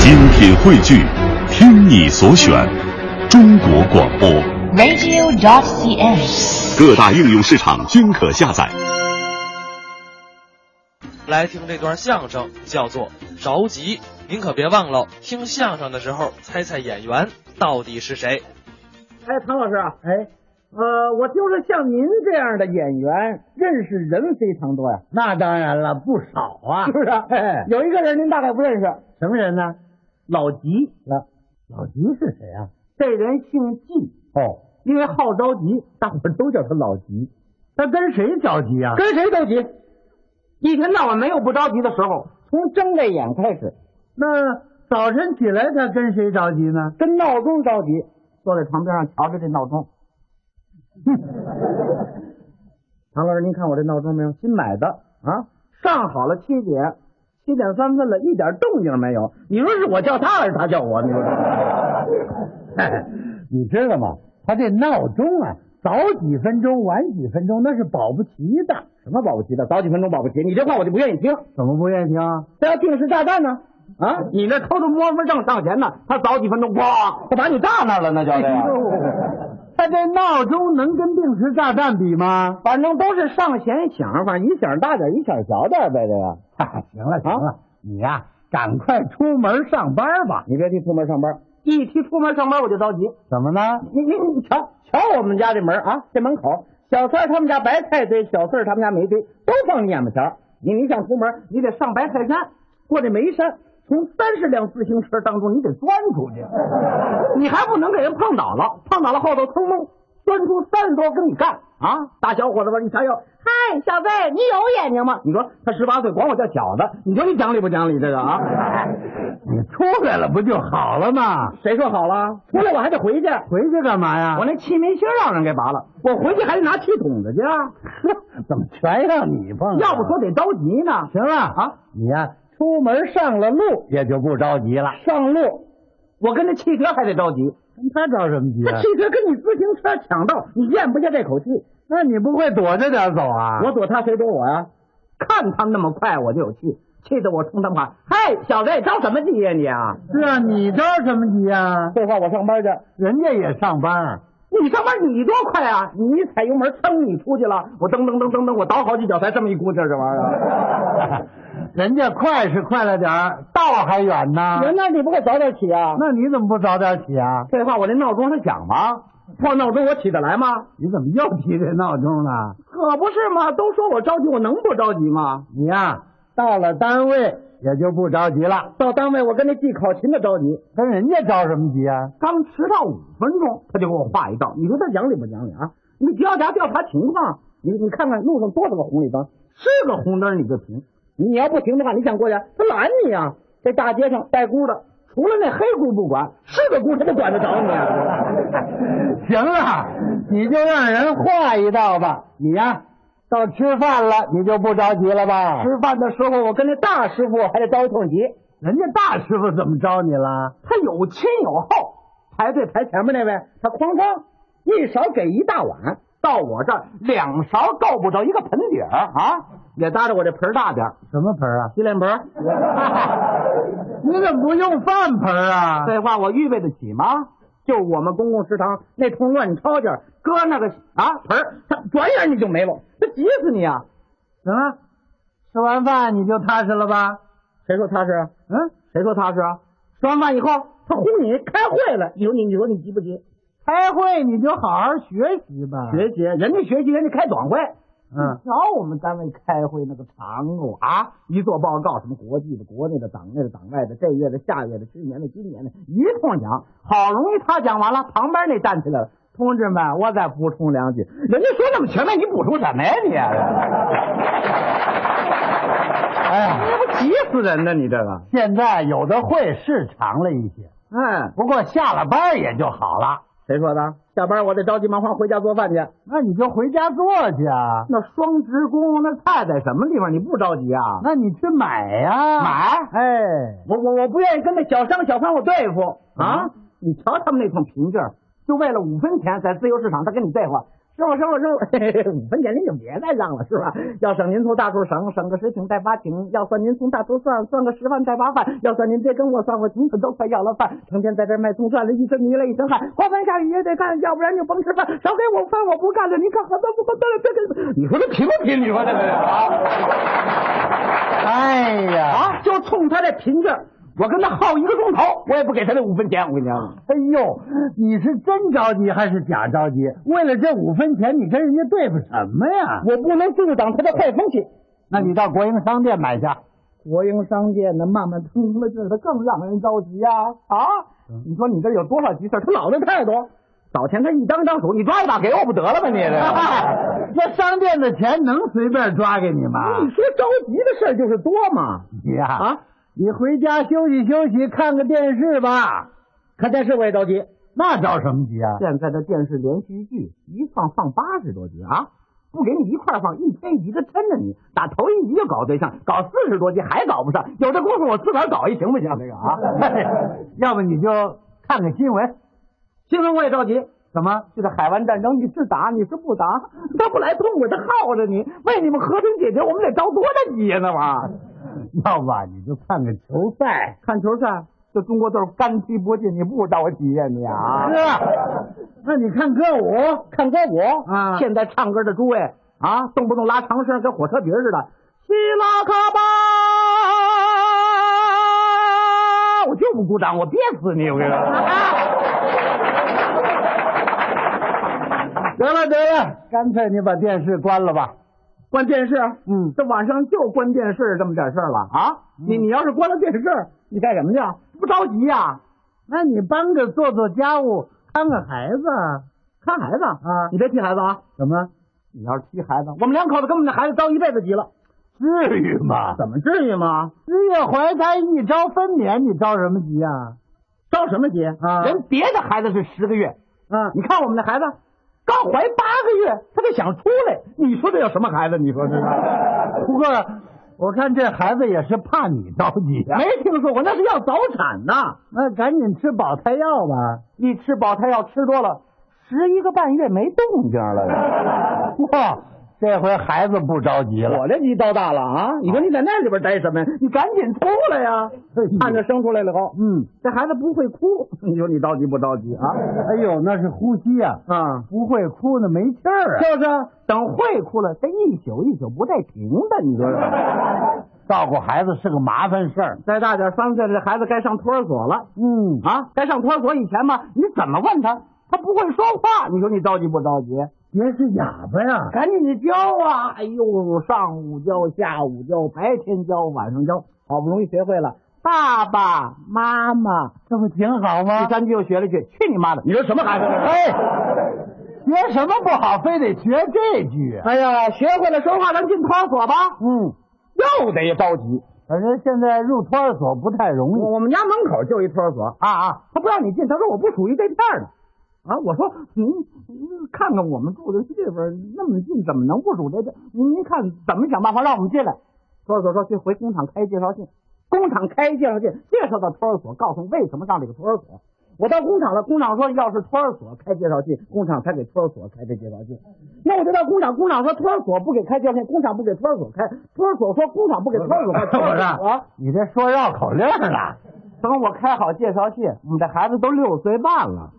精品汇聚，听你所选，中国广播。 radio.cn。各大应用市场均可下载。来听这段相声，叫做《着急》。您可别忘了，听相声的时候猜猜演员到底是谁。哎，唐老师啊，哎，呃，我听说像您这样的演员，认识人非常多呀、那当然了，不少啊， 是不是？哎，有一个人您大概不认识，什么人呢？老吉，啊，老吉是谁啊？这人姓季，哦，因为好着急，大伙儿都叫他老吉，他跟谁着急啊？跟谁都急，一天到晚没有不着急的时候。从睁这眼开始，那早晨起来他跟谁着急呢？跟闹钟着急，坐在床边上瞧着这闹钟。 唐老师，您看我这闹钟没有？新买的啊，上好了七点，七点三分了，一点动静没有。你说是我叫他还是他叫我？你说 你知道吗？他这闹钟啊，早几分钟，晚几分钟，那是保不齐的。什么保不齐的？早几分钟保不齐，你这话我就不愿意听。怎么不愿意听啊？这要定时炸弹呢？啊，你那偷偷摸摸挣上钱呢？他早几分钟，咣，他把你炸那儿了，那就这哎样。他这闹钟能跟定时炸弹比吗？反正都是上弦响，反正一响大点，一响小点呗，这个。啊嗨，啊行了行了，你呀、赶快出门上班吧。你别提出门上班，一提出门上班我就着急。怎么呢？你你你瞧瞧我们家这门啊，这门口，小三儿他们家白菜堆，小四儿他们家煤堆，都放碾子钱。你你想出门，你得上白菜山，过这煤山，从三十辆自行车当中你得钻出去， 你还不能给人碰倒了，碰倒了后头噌蒙钻出三十多跟你干啊！大小伙子们，你瞧瞧，嗨，小子，你有眼睛吗？你说他十八岁，管我叫小子，你说你讲理不讲理？这 个啊，你出来了不就好了吗？谁说好了？出来我还得回去。回去干嘛呀？我那气门芯儿让人给拔了，我回去还得拿气筒子去啊，那怎么全让你碰、啊？要不说得着急呢。行了啊，你呀、出门上了路也就不着急了。上路，我跟那汽车还得着急，跟他着什么急那啊？汽车跟你自行车抢道，你咽不下这口气，那你不会躲着点走啊？我躲他谁躲我呀、看他们那么快，我就有气，气得我冲他们喊：“嘿，小子，着什么急呀、你啊是啊，你着什么急啊？”？废话，我上班去。人家也上班，你上班你多快啊！你一踩油门，噌，你出去了。我噔噔噔噔噔，我倒好几脚才这么一股劲儿，这玩意 儿。啊人家快是快了点儿，道还远呢。人那你不给我早点起啊？那你怎么不早点起啊？废话，我这闹钟它响吗？破闹钟我起得来吗？你怎么又提这闹钟了？可不是嘛，都说我着急，我能不着急吗？你呀、到了单位也就不着急了，到单位我跟那记考勤的着急，跟人家着什么急啊？刚迟到五分钟，他就给我画一道，你说他讲理不讲理啊？你调查调查情况，你你看看路上多少个红绿灯，是个红灯你就停，你要不停的话，你想过去，他拦你啊！这大街上带箍的，除了那黑箍不管，是个箍他都管得着你啊！ 行了，你就让人画一道吧。你呀、到吃饭了，你就不着急了吧？吃饭的时候我跟那大师傅还得着一通急。人家大师傅怎么招你了？他有亲有后，排队排前面那位，他哐当一勺给一大碗，到我这儿两勺够不着一个盆底儿啊，也搭着我这盆儿大点儿什么盆啊？洗脸盆儿。你怎么不用饭盆啊？废话，我预备得起吗？就我们公共食堂那通乱抄家搁那个啊盆儿，他转眼你就没了，他急死你啊！行了，吃完饭你就踏实了吧？谁说他是？嗯，谁说他是？吃完饭以后，他轰你开会了，你说你你说你急不急？开会你就好好学习吧。学习，人家学习，人家开短会，嗯，瞧我们单位开会那个长哦啊，一做报告，什么国际的、国内的、党内的、党外的，这月的、下月的、去年的、今年的，一通讲。好容易他讲完了，旁边那站起来了，同志们，我再补充两句。人家说那么全面，你补充什么呀你？啊哎呀，这不急死人呢？你这个，现在有的会是长了一些，嗯，不过下了班也就好了。谁说的？下班我得着急忙慌回家做饭去。那你就回家做去啊。那双职工那菜在什么地方？你不着急啊？那你去买呀、买哎，我我我不愿意跟那小商小贩我对付啊！嗯你瞧他们那通贫劲儿，就为了五分钱在自由市场，他跟你对付，师傅，师傅，师傅，五分钱您就别再让了，是吧？要省您从大处省，省个十请带八请；要算您从大处算，算个十万带八万；要算您别跟我算，我穷的都快要了饭。成天在这卖葱蒜了，一身泥了一身汗，刮风下雨也得干，要不然就甭吃饭。少给我饭，我不干了。您看合算不合算了？这个，你说这贫不贫？你说这个啊？哎呀，啊，就冲他这贫劲儿，我跟他耗一个钟头，我也不给他那五分钱。我跟你讲，哎呦，你是真着急还是假着急？为了这五分钱，你跟人家对付什么呀？我不能助长他的坏风气。那你到国营商店买去。国营商店呢，慢慢通了劲，他更让人着急啊啊！嗯你说你这有多少急事儿？他脑袋太多。早前他一张张数，你抓一把给我不得了吗？ 你这个那商店的钱能随便抓给你吗？你说着急的事儿就是多嘛你呀、啊！你回家休息休息，看个电视吧。看电视我也着急。那着什么急啊？现在的电视连续剧一放放八十多集啊，不给你一块儿放，一天一集的抻着你，打头一集就搞对象，搞四十多集还搞不上，有这功夫我自个儿搞一行 不行？这个啊，要不你就看看新闻，新闻我也着急。怎么？这个海湾战争，你是打你是不打？ 他不来痛快，他耗着你，为你们和平解决，我们得着多大急呀？那玩 意儿，要不啊你就看看球赛。看球赛，这中国队儿干踢不进，你不着急呀你啊？哥，那你看歌舞，看歌舞啊现在唱歌的诸位啊，动不动拉长声，跟火车笛儿似的，希拉卡巴，我就不鼓掌，我憋死你！我跟你 说，得了得了，干脆你把电视关了吧。关电视，嗯这晚上就关电视这么点事儿了啊！你你要是关了电视，你干什么去？不着急呀、那你帮着做做家务，看看孩子。看孩子啊你别踢孩子啊！怎么？你要是踢孩子，我们两口子跟我们那孩子着一辈子急了，至于吗？怎么至于吗？十月怀胎，一朝分娩，你着什么急啊？着什么急啊人别的孩子是十个月，啊，你看我们那孩子刚怀八个月，他就想出来，你说这有什么孩子？你说这 是？不过我看这孩子也是怕你着急呀、没听说过，那是要早产呐！那赶紧吃保胎药吧。一吃饱胎药吃多了，十一个半月没动静 了。哇，这回孩子不着急了。我这一刀大了啊！你说你在那里边待什么呀？你赶紧出来呀！看着生出来了以后，哎嗯，这孩子不会哭， 你说你着急不着急啊？哎呦，那是呼吸啊，啊！不会哭呢，没气儿啊。就是等会哭了，他一宿一宿不带停的，你说是？ 照顾孩子是个麻烦事儿。再大点，三岁这孩子该上托儿所了嗯，啊！该上托儿所以前吧，你怎么问他，他不会说话，你说你着急不着急？别是哑巴呀。赶紧去教啊！哎呦，上午教，下午教，白天教，晚上教，好不容易学会了，爸爸妈妈，这不挺好吗第？三句又学了一句，去你妈的！你说什么孩子？哎，学什么不好，非得学这句啊？哎呀，学会了说话，咱进托儿所吧，嗯，又得着急。反正现在入托儿所不太容易。我我们家门口就一托儿所啊啊，他不让你进，他说我不属于这片儿的啊。我说您您看看我们住的地方那么近，怎么能不属这片？您您看怎么想办法让我们进来？托儿所说去回工厂开介绍信，工厂开介绍信，介绍到托儿所，告诉为什么上这个托儿所。我到工厂了，工厂说要是托儿所开介绍信，工厂才给托儿所开这介绍信。那我就到工厂，工厂说托儿所不给开介绍信，工厂不给托儿所开，托儿所说工厂不给托儿所开，托我儿所说啊。，你这说绕口令了，等我开好介绍信，我们这孩子都六岁半了。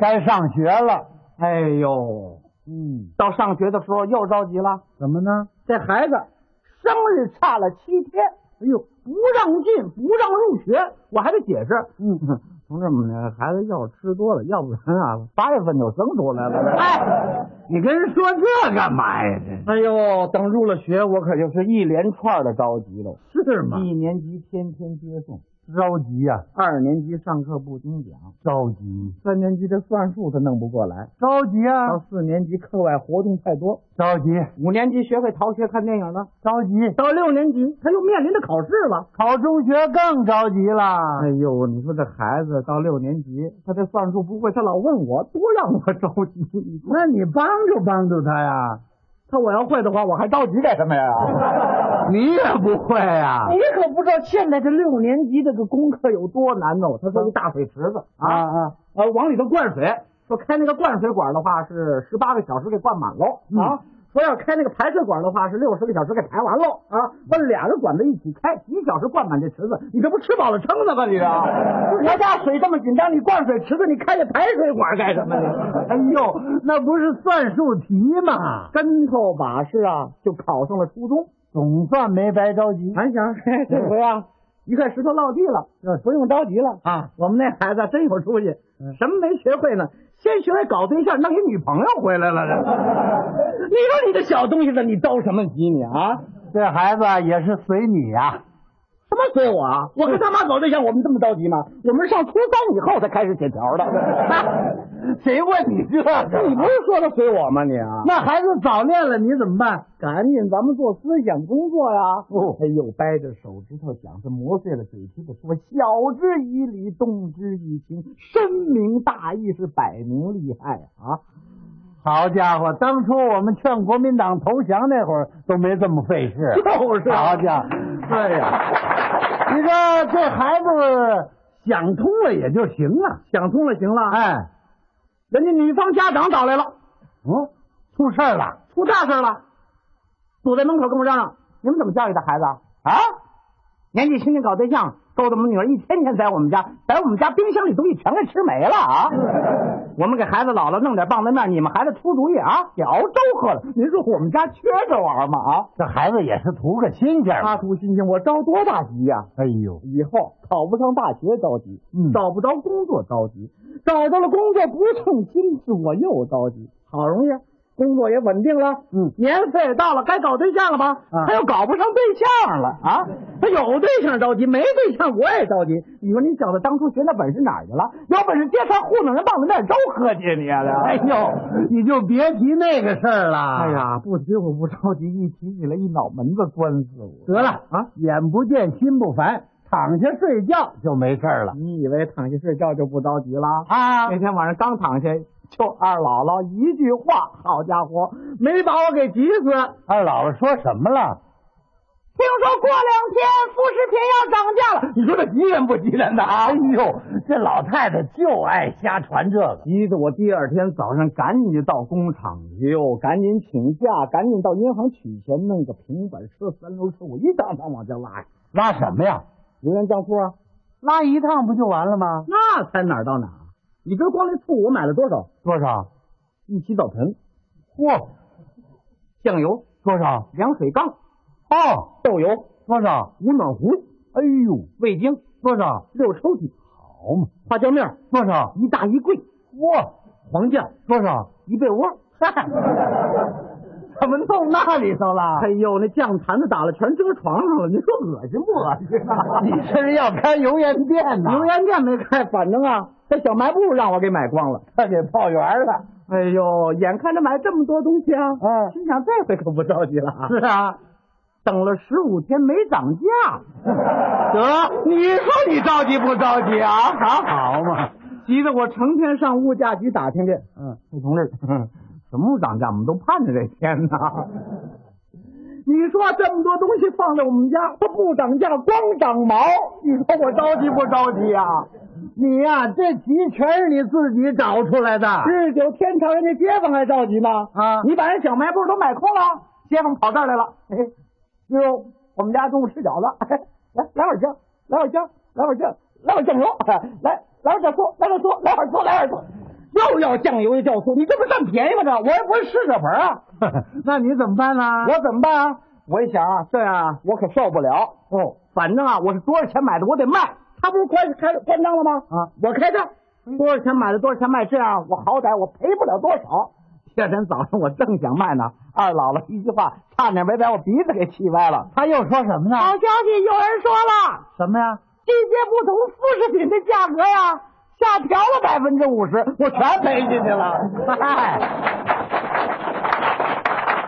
该上学了。哎呦，嗯，到上学的时候又着急了。怎么呢？这孩子生日差了七天，哎呦，不让进，不让入学，我还得解释。嗯，同志们，孩子药吃多了，要不然啊，八月份就生出来了。哎，你跟人说这干嘛呀？哎呦，等入了学，我可就是一连串的着急了。这是吗？一年级天天接送，着急呀、二年级上课不听讲，着急，三年级这算术他弄不过来。着急到啊，四年级课外活动太多，着急，五年级学会逃学看电影了，着急，到六年级他又面临着考试了。考中学更着急了。哎呦，你说这孩子到六年级，他这算术不会，他老问我，多让我着急。你说那你帮助帮助他呀？他我要会的话，我还着急干什么呀？ 你也不会啊呀、你可不知道现在这六嗯年级这个功课有多难哦，他说一大水池子啊啊，呃，往里头灌水，说开那个灌水管的话是十八个小时给灌满喽、啊，说要开那个排水管的话是六十个小时给排完喽啊，把俩个管子一起开，几小时灌满这池子，你这不吃饱了撑的吗？你这 国家水这么紧张，你灌水池子，你开这排水管干什么 呢？哎呦，那不是算术题吗？跟头把式啊，就考上了初中。总算没白着急。韩翔，这回啊，一块石头落地了，不用着急了嗯啊。嗯我们那孩子真有出息，什么没学会呢？先学会搞对象，弄一女朋友回来了。 这你说你这小东西的，你着什么急你啊？这孩子也是随你呀、什么随我啊？我跟他妈搞对象，我们这么着急吗？我们上初三以后才开始写条 的。谁问你这个？你不是说他随我吗？你啊，那孩子早恋了，你怎么办？赶紧咱们做思想工作呀！哦哎呦，掰着手指头想，是磨碎了嘴皮子说，晓之以理，动之以情，深明大义是摆明利害啊！好家伙，当初我们劝国民党投降那会儿都没这么费事。就是啊好家伙，对呀、 你说这孩子想通了也就行了。想通了，行了。哎，人家女方家长找来了，嗯，出事儿了出大事了，堵在门口跟我嚷嚷：“你们怎么教育的孩子啊？啊！年纪轻轻搞对象，勾搭我们女儿，一天天在我们家，在我们家冰箱里东西全给吃没 了啊！我们给孩子姥姥弄点棒子面，你们孩子出主意啊，给熬粥喝了。您说我们家缺这玩意儿吗？啊，这孩子也是图个新鲜儿。他出新鲜，我着多大急呀、哎呦，以后考不上大学着急，嗯找不着工作着急，找到了工作不称心是我又着急。好容易工作也稳定了，嗯年岁也到了，该搞对象了吧？啊嗯他又搞不上对象了啊！他有对象着急，没对象我也着急。你说你小子当初学那本事哪儿去了？有本事接茬糊弄人棒子面粥喝去你啊！哎呦，你就别提那个事儿了。哎，呀，不急我不着急，一提起来一脑门子官司我。得了啊，眼不见心不烦，躺下睡觉就没事儿了你以为躺下睡觉就不着急了？啊那天晚上刚躺下，就二姥姥一句话，好家伙，没把我给急死。听二姥姥说什么了？说过两天副食品要涨价了，你说这急人不急人呐？哎呦，这老太太就爱瞎传这个。急得我第二天早上赶紧就到工厂去哟，赶紧请假，赶紧到银行取钱，弄个平板车、三轮车，我一趟趟往家拉呀，拉什么呀？油盐酱醋啊，拉一趟不就完了吗？那才哪儿到哪儿？啊你知道光那醋我买了多少？多少？一洗澡盆、嚯，酱油、多少？凉水缸、哦，豆油、多少？五暖壶、哎呦，味精、多少？肉抽屉、好嘛，花椒面儿多少？一大一柜。嚯，黄酱多少？一被窝，嗨， 怎么弄那里头了哎呦，那酱坛子打了全遮床上了，你说恶心不恶心啊？ 你这是要开油盐店呐？油盐店没开，反正啊，在小卖部让我给买光了。快给泡圆了。哎呦，眼看着买这么多东西啊，嗯心想这回可不着急了啊。是啊，等了十五天没涨 价，得，你说你着急不着急啊？啊，好嘛，急得我成天上物价局打听去。嗯，那同 志，什么时候涨价？我们都盼着这天呢。 你说这么多东西放在我们家，它不涨价，光长毛，你说我着急不着急啊？你呀、这急全是你自己找出来的。日久天长，人家街坊还着急呢。啊你把人小卖部都买空了，街坊跑这儿来了。哎，师傅，我们家中午吃饺子，哎来来碗酱，来碗酱，来碗酱，来碗酱油，哎来来碗酱醋，来点醋，来碗醋，来点醋。又要酱油又叫醋，你这不占便宜吗？这我也不是试水盆啊，那你怎么办呢、我怎么办啊？我一想啊，这样啊，我可受不了。哦，反正啊，我是多少钱买的，我得卖。他不是开开关账了吗？啊，我开账，多少钱买的，多少钱卖，这样我好歹我赔不了多少。 第二天早上我正想卖呢，二姥姥一句话，差点没把我鼻子给气歪了。他又说什么呢？好消息，有人说了，什么呀？季节不同，副食品的价格呀下调了百分之五十，我全赔进去了。 哎，